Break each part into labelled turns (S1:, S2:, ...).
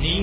S1: 您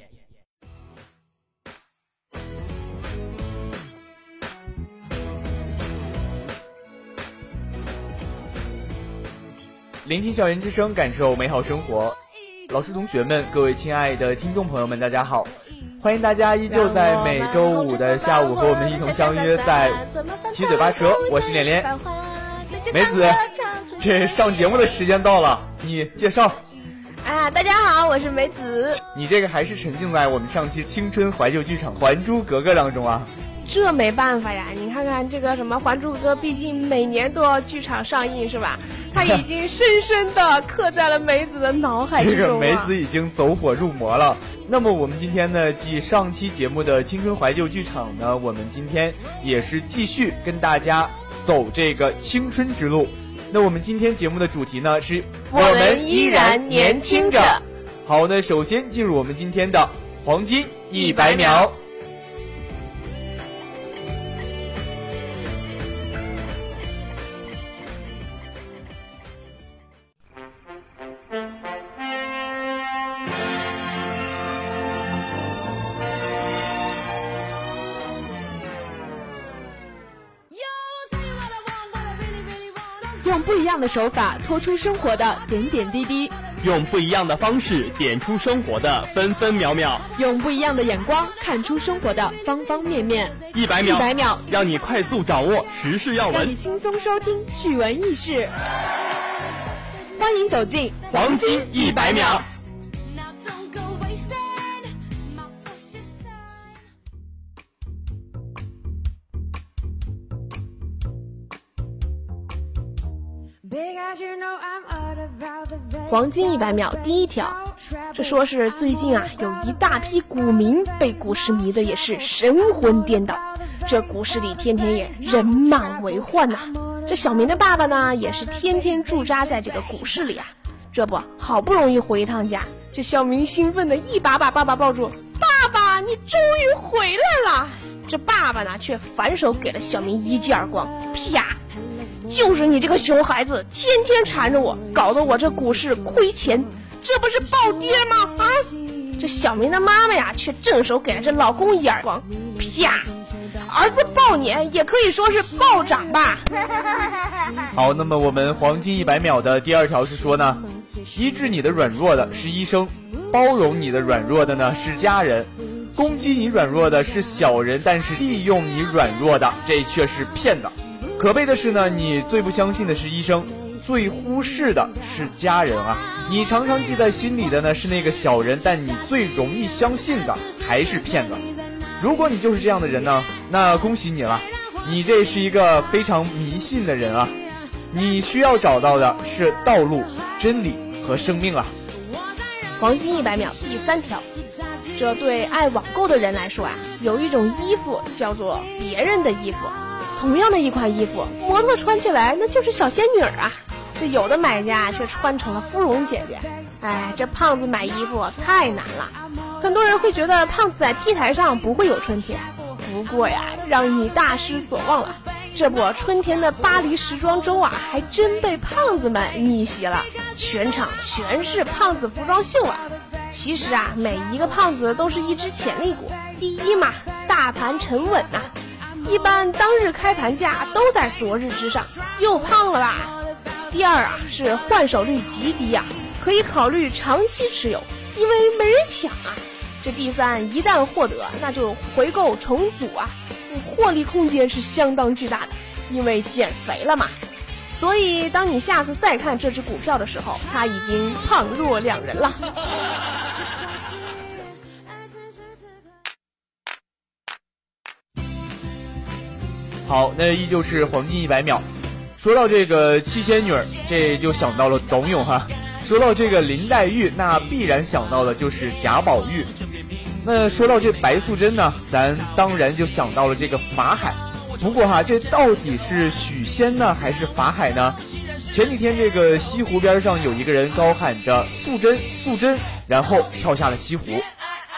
S2: 聆听校园之声，感受美好生活。老师、同学们，各位亲爱的听众朋友们，大家好！欢迎大家依旧在每周五的下午和我们一同相约在 七嘴八舌。我是脸脸，梅 子。这上节目的时间到了，你介绍。
S3: 啊，大家好，我是梅子。
S2: 你这个还是沉浸在我们上期青春怀旧剧场《还珠格格》当中啊！
S3: 这没办法呀，你看看这个什么《还珠格格》，毕竟每年都要剧场上映，是吧？它已经深深的刻在了梅子的脑 海
S2: 这
S3: 之
S2: 个
S3: 中
S2: 梅
S3: 啊。
S2: 子已经走火入魔了。那么我们今天呢，继上期节目的青春怀旧剧场呢，我们今天也是继续跟大家走这个青春之路。那我们今天节目的主题呢是，
S3: 我们依然年轻着。
S2: 好，那首先进入我们今天的黄金一百秒。
S4: 用不一样的手法拖出生活的点点滴滴，
S5: 用不一样的方式点出生活的分分秒秒，
S4: 用不一样的眼光看出生活的方方面面。
S5: 一百秒，
S4: 一百秒，
S5: 让你快速掌握时事要
S4: 让你
S5: 闻。
S4: 轻松收听趣闻轶事。欢迎走进
S5: 黄金一百秒，
S3: 黄金一百秒第一条，这说是最近啊，有一大批股民被股市迷的也是神魂颠倒，这股市里天天也人满为患呐、这小明的爸爸呢，也是天天驻扎在这个股市里啊。这不好不容易回一趟家，这小明兴奋的一把把爸爸抱住，爸爸，你终于回来了！这爸爸呢，却反手给了小明一记耳光，啪！就是你这个熊孩子，天天缠着我，搞得我这股市亏钱，这不是暴跌吗？啊！这小明的妈妈呀，却正手给了这老公一耳光，啪！儿子暴撵也可以说是暴涨吧。
S2: 好，那么我们黄金一百秒的第二条是说呢，医治你的软弱的是医生，包容你的软弱的呢是家人，攻击你软弱的是小人，但是利用你软弱的这却是骗子。可悲的是呢，你最不相信的是医生，最忽视的是家人啊。你常常记在心里的呢是那个小人，但你最容易相信的还是骗子。如果你就是这样的人呢，那恭喜你了，你这是一个非常迷信的人啊。你需要找到的是道路、真理和生命啊！
S3: 黄金一百秒第三条，这对爱网购的人来说啊，有一种衣服叫做别人的衣服，同样的一款衣服，模特穿起来那就是小仙女儿啊，这有的买家啊却穿成了芙蓉姐姐，哎，这胖子买衣服太难了，很多人会觉得胖子在 T 台上不会有春天，不过呀，让你大失所望了。这不，春天的巴黎时装周啊，还真被胖子们逆袭了，全场全是胖子服装秀啊！其实啊，每一个胖子都是一只潜力股。第一嘛，大盘沉稳呐、一般当日开盘价都在昨日之上，又胖了吧？第二啊，是换手率极低啊，可以考虑长期持有，因为没人抢啊。这第三，一旦获得，那就回购重啊组啊，获利空间是相当巨大的，因为减肥了嘛。所以，当你下次再看这只股票的时候，它已经胖若两人了。
S2: 好，那依旧是黄金一百秒。说到这个七仙女儿，这就想到了董永哈。说到这个林黛玉，那必然想到的就是贾宝玉。那说到这白素贞呢，咱当然就想到了这个法海。不过哈，这到底是许仙呢，还是法海呢？前几天这个西湖边上有一个人高喊着“素贞，素贞”，然后跳下了西湖。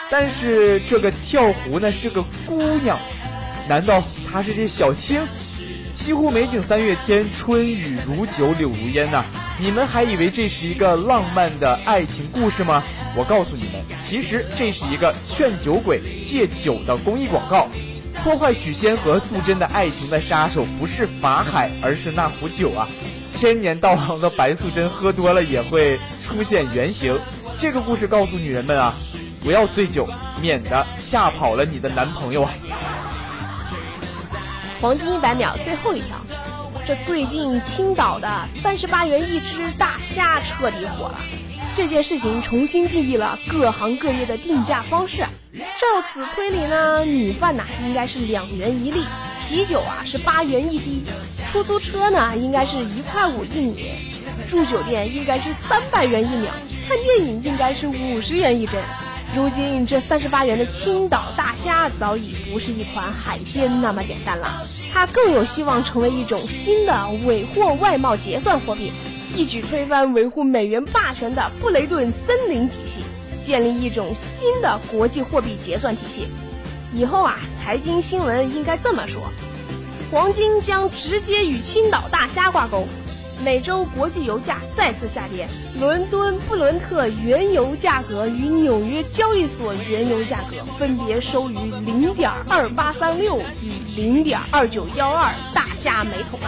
S2: 但是这个跳湖呢是个姑娘，难道她是这小青？西湖美景三月天，春雨如酒柳如烟呐、你们还以为这是一个浪漫的爱情故事吗？我告诉你们，其实这是一个劝酒鬼戒酒的公益广告。破坏许仙和素贞的爱情的杀手不是法海，而是那壶酒啊！千年道行的白素贞喝多了也会出现原形。这个故事告诉女人们啊，不要醉酒，免得吓跑了你的男朋友啊！
S3: 黄金一百秒最后一条，这最近青岛的三十八元一只大虾彻底火了。这件事情重新定义了各行各业的定价方式。照此推理呢，米饭呐、应该是两元一粒，啤酒啊是八元一滴，出租车呢应该是一块五一米，住酒店应该是三百元一秒，看电影应该是五十元一帧。如今这三十八元的青岛大虾早已不是一款海鲜那么简单了，它更有希望成为一种新的尾货外贸结算货币，一举推翻维护美元霸权的布雷顿森林体系，建立一种新的国际货币结算体系。以后啊，财经新闻应该这么说：黄金将直接与青岛大虾挂钩。每周国际油价再次下跌，伦敦布伦特原油价格与纽约交易所原油价格分别收于零点二八三六与零点二九幺二大虾每桶啊！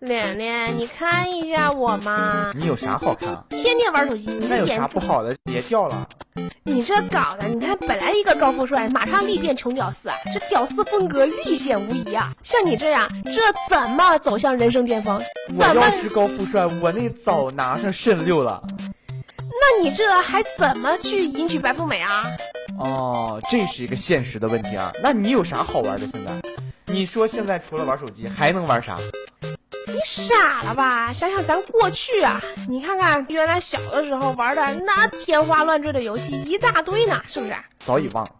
S3: 脸脸，你看一下我嘛，
S2: 你有啥好看啊？
S3: 天天玩手机，你
S2: 那
S3: 这
S2: 有啥
S3: 眼
S2: 不好的？别叫了。
S3: 你这搞的，你看本来一个高富帅，马上力变穷屌丝啊！这屌丝风格略显无疑啊！像你这样，这怎么走向人生巅峰？
S2: 我
S3: 怎么
S2: 要？是高富帅，我那早拿上肾六了。
S3: 那你这还怎么去迎娶白富美啊？
S2: 哦，这是一个现实的问题啊。那你有啥好玩的？现在，你说现在除了玩手机还能玩啥？
S3: 你傻了吧？想想咱过去啊，你看看原来小的时候玩的那天花乱坠的游戏一大堆呢，是不是？
S2: 早已忘了。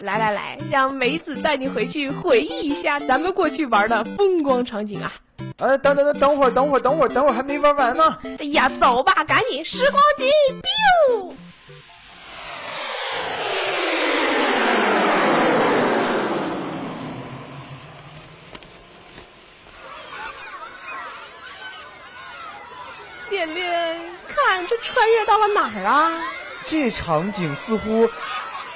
S3: 来来来，让梅子带你回去回忆一下咱们过去玩的风光场景啊！
S2: 呃，等等等，等会儿，等会儿，等会儿，等会儿，还没玩完呢。
S3: 哎呀，走吧，赶紧时光机，biu。恋恋，看这穿越到了哪儿啊？
S2: 这场景似乎，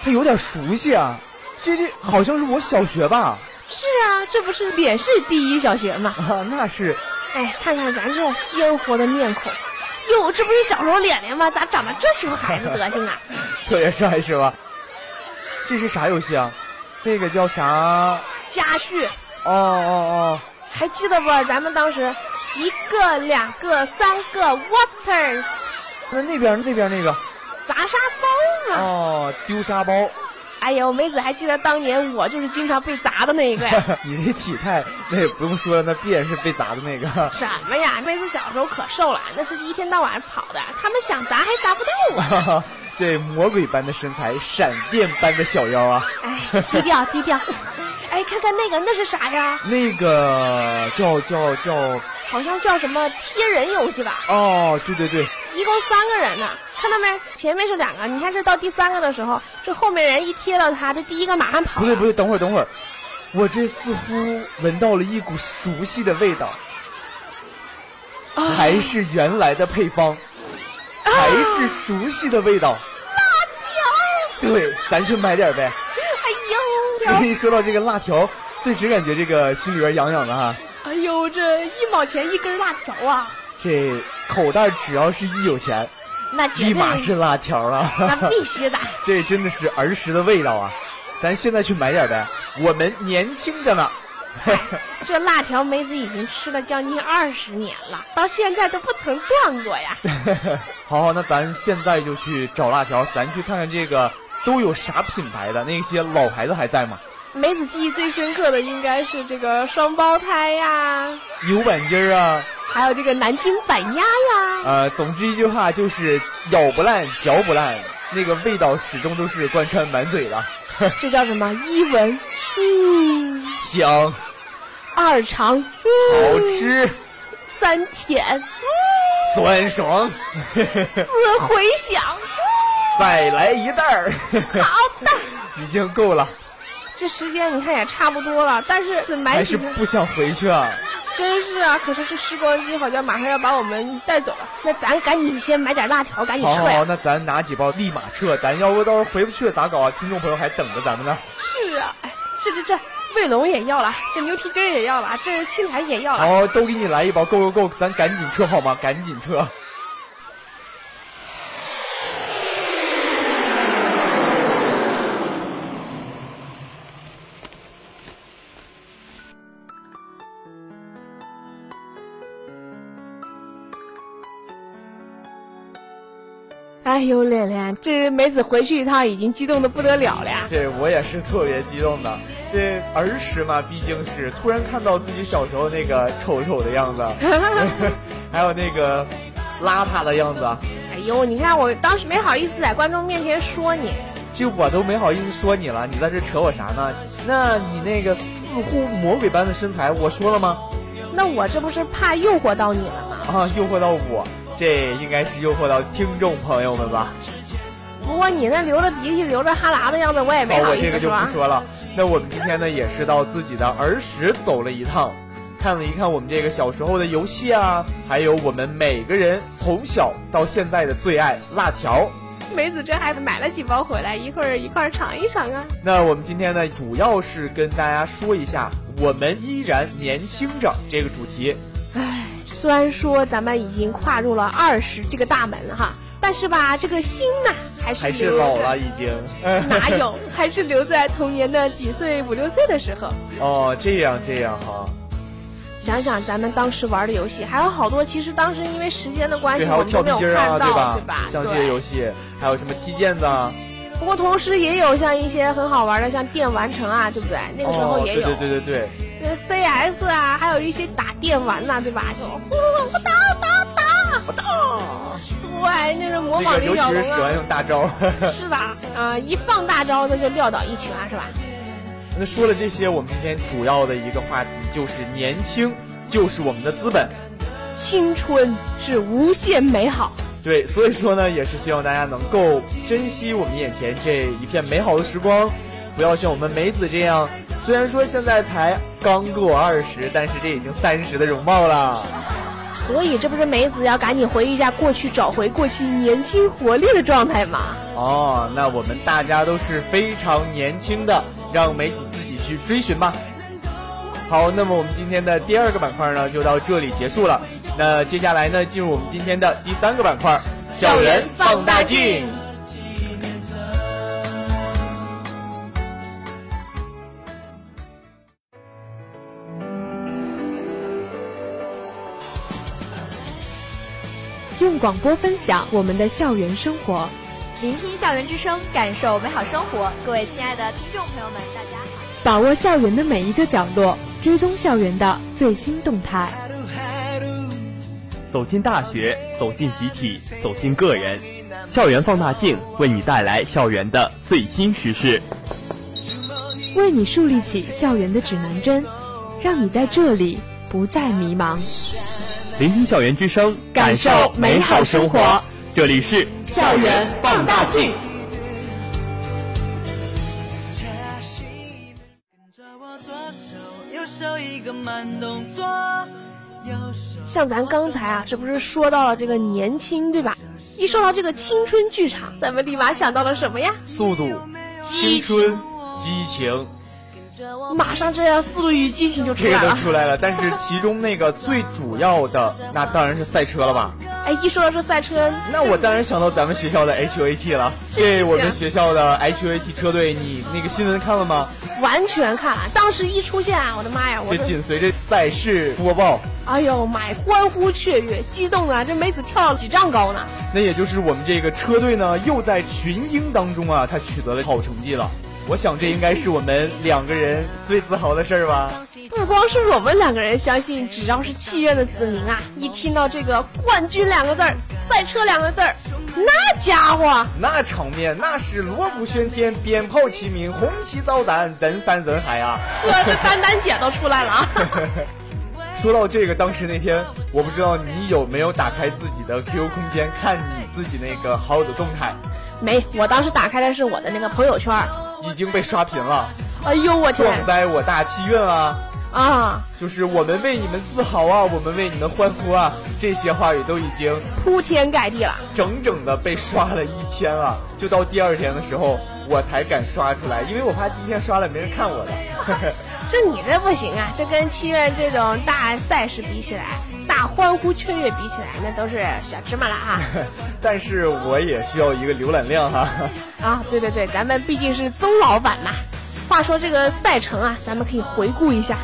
S2: 它有点熟悉啊。这这好像是我小学吧？
S3: 是啊，这不是脸是第一小学吗？
S2: 啊，那是。
S3: 哎，看看咱这鲜活的面孔，哟，这不是小时候脸脸吗？咋长得这熊孩子德行啊？
S2: 特别帅是吧？这是啥游戏啊？那个叫啥？哦
S3: 家训。
S2: 哦哦，
S3: 还记得不？咱们当时一个、两个、三个 water
S2: 那那边那边那个
S3: 砸沙包嘛，啊
S2: 哦哦，丢沙包，
S3: 哎呦，梅子还记得当年我就是经常被砸的那一 个呀。
S2: 你这体态，那也不用说了，那必然是被砸的那个。
S3: 什么呀，妹子小时候可瘦了，那是一天到晚跑的，他们想砸还砸不到 啊我。
S2: 这魔鬼般的身材，闪电般的小腰啊！
S3: 哎，低调低调。哎，看看那个，那是啥呀？
S2: 那个叫叫叫，
S3: 好像叫什么贴人游戏吧？
S2: 哦，对对对，
S3: 一共三个人呢，看到没？前面是两个，你看这到第三个的时候，这后面人一贴到他，这第一个马啊上跑。
S2: 不对不对，等会儿等会儿，我这似乎闻到了一股熟悉的味道，
S3: 啊
S2: 还是原来的配方，还是熟悉的味道。
S3: 辣条。
S2: 对，咱去买点儿呗。
S3: 哎呦，
S2: 一说到这个辣条，顿时感觉这个心里边痒痒的哈。
S3: 哎呦，这一毛钱一根辣条啊，
S2: 这口袋只要是一有钱，
S3: 那绝对
S2: 立马是辣条啊！
S3: 那必须的。
S2: 这真的是儿时的味道啊！咱现在去买点呗，我们年轻着呢。
S3: 这辣条梅子已经吃了将近二十年了，到现在都不曾断过呀。
S2: 好好，那咱现在就去找辣条，咱去看看这个都有啥品牌的，那些老牌子还在吗？
S3: 梅子记忆最深刻的应该是这个双胞胎呀，
S2: 牛板筋儿啊，
S3: 还有这个南京板鸭呀。
S2: 呃，总之一句话就是咬不烂，嚼不烂，那个味道始终都是贯穿满嘴的，
S3: 这叫什么？一闻，嗯；
S2: 香，
S3: 二尝，嗯；
S2: 好吃，
S3: 三舔，嗯；
S2: 酸爽，
S3: 四回想，
S2: 再来一袋儿，
S3: 嗯。好的，
S2: 已经够了，
S3: 这时间你看也差不多了，但是买
S2: 还
S3: 几
S2: 是
S3: 条
S2: 不想回去啊。
S3: 真是啊！可是这时光机好像马上要把我们带走了，那咱赶紧先买点辣条，赶紧
S2: 好
S3: 撤
S2: 好好，
S3: 呀！
S2: 那咱拿几包立马撤，咱要不到时候回不去了咋搞啊？听众朋友还等着咱们呢。
S3: 是啊，哎，这这这卫龙也要了，这牛蹄筋儿也要了，这青苔也要了。
S2: 好，都给你来一包，够够够，咱赶紧撤好吗？赶紧撤。
S3: 哎呦，脸脸，这梅子回去一趟已经激动的不得了了呀！
S2: 这我也是特别激动的，这儿时嘛，毕竟是突然看到自己小时候那个丑丑的样子，还有那个邋遢的样子，
S3: 哎呦，你看我当时没好意思在观众面前说你，
S2: 这我都没好意思说你了，你在这扯我啥呢？那你那个似乎魔鬼般的身材，我说了吗？
S3: 那我这不是怕诱惑到你了吗？
S2: 啊，诱惑到我，这应该是诱惑到听众朋友们吧？
S3: 不过你那流着鼻涕、流着哈喇的样子，我也
S2: 好
S3: 没，
S2: 哦
S3: 好
S2: 我
S3: 意
S2: 这个
S3: 思
S2: 就
S3: 说
S2: 不
S3: 啊。
S2: 说了。那我们今天呢，也是到自己的儿时走了一趟，看了一看我们这个小时候的游戏啊，还有我们每个人从小到现在的最爱辣条。
S3: 梅子这还买了几包回来，一会儿一块儿尝一尝啊。
S2: 那我们今天呢，主要是跟大家说一下我们依然年轻着这个主题。
S3: 唉，虽然说咱们已经跨入了二十这个大门了哈，但是吧，这个心呐、还是
S2: 还是
S3: 留
S2: 老
S3: 着
S2: 了已 经，
S3: 哪有？还是留在童年的几岁五六岁的时候。
S2: 哦，这样这样哈、
S3: 想想咱们当时玩的游戏，还有好多，其实当时因为时间的关系，
S2: 对，还有
S3: 我们
S2: 跳
S3: 都
S2: 皮
S3: 没有
S2: 筋儿啊，
S3: 看到，
S2: 吧？
S3: 对吧？
S2: 像这些游戏，还有什么踢毽子啊？
S3: 对不过同时也有像一些很好玩的，像电玩城啊，对不对？那个时
S2: 哦
S3: 候，也
S2: 对
S3: 有，
S2: 对对对对。
S3: 这个 CS 啊，还有一些打电玩呐、对吧？就呼噜呼哒哒哒，呼哒对，那是模
S2: 那
S3: 仿
S2: 个尤
S3: 李
S2: 其
S3: 小
S2: 是
S3: 龙
S2: 喜欢
S3: 啊。
S2: 用大招。
S3: 是的，啊、一放大招那就撂倒一群啊，是吧？
S2: 那说了这些，我们今天主要的一个话题就是年轻，就是我们的资本。
S3: 青春是无限美好。
S2: 对，所以说呢，也是希望大家能够珍惜我们眼前这一片美好的时光，不要像我们梅子这样，虽然说现在才刚过二十，但是这已经三十的容貌了。
S3: 所以这不是梅子要赶紧回忆一下过去，找回过去年轻活力的状态吗？
S2: 哦，那我们大家都是非常年轻的，让梅子自己去追寻吧。好，那么我们今天的第二个板块呢，就到这里结束了。那接下来呢，进入我们今天的第三个板块——校园放大镜。
S4: 用广播分享我们的校园生活，
S6: 聆听校园之声，感受美好生活。各位亲爱的听众朋友们，大家好！
S7: 把握校园的每一个角落，追踪校园的最新动态。
S5: 走进大学，走进集体，走进个人，校园放大镜为你带来校园的最新时事，
S7: 为你树立起校园的指南针，让你在这里不再迷茫。
S5: 聆听校园之声，
S7: 感受美好生活。
S5: 这里是
S7: 校园放大镜。
S3: 像咱刚才啊，这不是说到了这个年轻，对吧？一说到这个青春剧场，咱们立马想到了什么呀？
S2: 速度、
S3: 激
S2: 青春、激情，
S3: 马上这样，速度与激情就出
S2: 这个
S3: 来
S2: 都
S3: 了。
S2: 出来了。但是其中那个最主要的，那当然是赛车了吧？
S3: 哎，一说到这赛车，
S2: 那我当然想到咱们学校的 HOT 了。这我们学校的 HOT 车队，你那个新闻看了吗？
S3: 完全看，当时一出现啊，我的妈呀，我
S2: 这
S3: 这，
S2: 紧随着赛事播报，
S3: 哎呦妈呀，欢呼雀跃，激动啊，这梅子跳了几丈高呢。
S2: 那也就是我们这个车队呢，又在群英当中啊，他取得了好成绩了。我想这应该是我们两个人最自豪的事儿吧。
S3: 不光是我们两个人相信，只要是气院的子民啊，一听到这个“冠军”两个字儿，“赛车”两个字儿，那家伙
S2: 那场面那是锣鼓喧天，鞭炮齐鸣，红旗招展，人山人海啊！
S3: 呵，这丹丹姐都出来了啊！
S2: 说到这个，当时那天我不知道你有没有打开自己的 QQ 空间看你自己那个好友的动态，
S3: 没，我当时打开的是我的那个朋友圈儿。
S2: 已经被刷屏了。
S3: 哎呦我去！
S2: 壮哉我大气运啊！
S3: 啊，
S2: 就是我们为你们自豪啊，我们为你们欢呼啊，这些话语都已经
S3: 铺天盖地了。
S2: 整整的被刷了一天了。就到第二天的时候，我才敢刷出来，因为我怕第一天刷了没人看我的。
S3: 这你这不行啊，这跟七院这种大赛事比起来，大欢呼雀跃比起来，那都是小芝麻了啊！
S2: 但是我也需要一个浏览量哈、
S3: 啊，对对对，咱们毕竟是曾老板嘛。话说这个赛程啊，咱们可以回顾一下。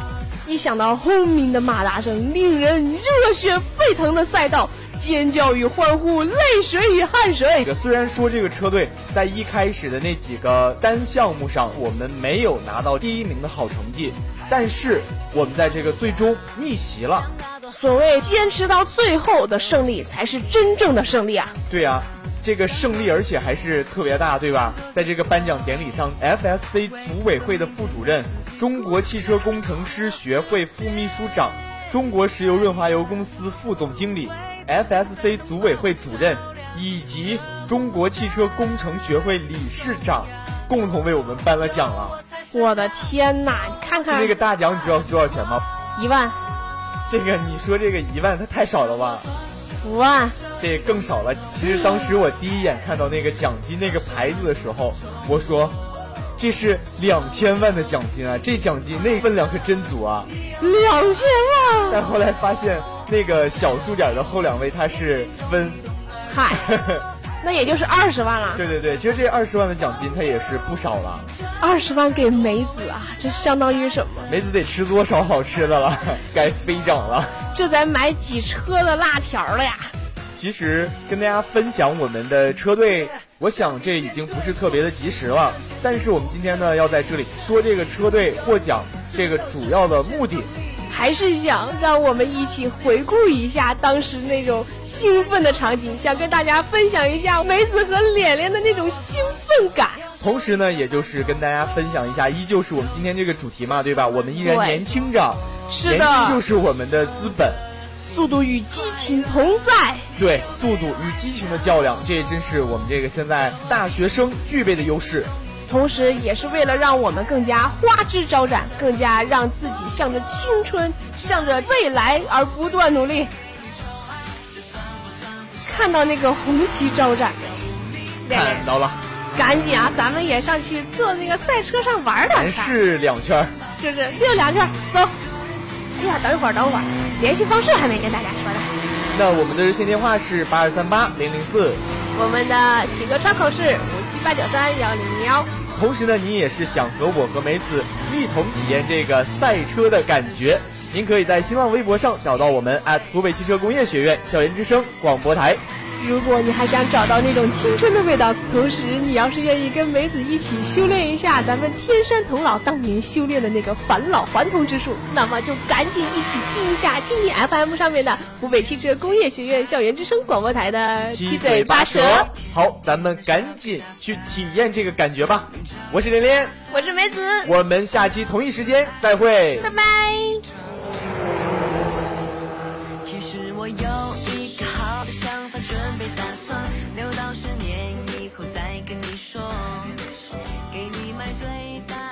S3: 一想到轰鸣的马达声、令人热血沸腾的赛道、尖叫与欢呼、泪水与汗水，
S2: 虽然说这个车队在一开始的那几个单项目上，我们没有拿到第一名的好成绩，但是我们在这个最终逆袭了。
S3: 所谓坚持到最后的胜利，才是真正的胜利啊！
S2: 对啊，这个胜利而且还是特别大，对吧？在这个颁奖典礼上，FSC 组委会的副主任、中国汽车工程师学会副秘书长、中国石油润滑油公司副总经理、FSC 组委会主任以及中国汽车工程学会理事长共同为我们颁了奖了。
S3: 我的天哪，你看
S2: 就
S3: 看
S2: 那个大奖，你知道是多少钱吗？
S3: 一万、
S2: 这个你说这个一万，它太少了吧？
S3: 五万，
S2: 这更少了。其实当时我第一眼看到那个奖金那个牌子的时候，我说这是两千万的奖金啊，这奖金那分量可真足啊。
S3: 两千万！
S2: 但后来发现那个小数点的后两位它是分，
S3: 嗨，那也就是二十万了。
S2: 对对对，其实这二十万的奖金它也是不少了。
S3: 二十万给梅子啊，这相当于什么？
S2: 梅子得吃多少好吃的了？ 该飞涨了。
S3: 这咱买几车的辣条了呀！
S2: 其实跟大家分享我们的车队，我想这已经不是特别的及时了。但是我们今天呢，要在这里说这个车队获奖这个主要的目的。
S3: 还是想让我们一起回顾一下当时那种兴奋的场景，想跟大家分享一下梅子和脸脸的那种兴奋感。
S2: 同时呢，也就是跟大家分享一下，依旧是我们今天这个主题嘛，对吧？我们依然
S3: 对
S2: 年轻着，
S3: 是的
S2: 年轻就是我们的资本。
S3: 速度与激情同在，
S2: 对，速度与激情的较量，这真是我们这个现在大学生具备的优势。
S3: 同时也是为了让我们更加花枝招展，更加让自己向着青春、向着未来而不断努力。看到那个红旗招展，脸脸
S2: 看到了，
S3: 赶紧啊，咱们也上去坐那个赛车上玩儿
S2: 男
S3: 两下。
S2: 士两圈儿。
S3: 就是溜两圈，走。哎呀，等一会儿，等一会儿，联系方式还没跟大家说呢。
S2: 那我们的热线电话是八二三八零零四。
S3: 我们的企鹅窗口是五七八九三幺零幺。
S2: 同时呢，您也是想和我和梅子一同体验这个赛车的感觉，您可以在新浪微博上找到我们 at 湖北汽车工业学院校园之声广播台。
S3: 如果你还想找到那种青春的味道，同时你要是愿意跟梅子一起修炼一下咱们天山童姥当年修炼的那个返老还童之术，那么就赶紧一起听一下蜻蜓 FM 上面的湖北汽车工业学院校园之声广播台的
S2: 七
S3: 嘴
S2: 八
S3: 舌。
S2: 好，咱们赶紧去体验这个感觉吧。我是连连，
S8: 我是梅子，
S2: 我们下期同一时间再会。
S8: 拜拜。
S4: 其实我有一个好的想法，准备打算留到十年以后再跟你说，给你买最大。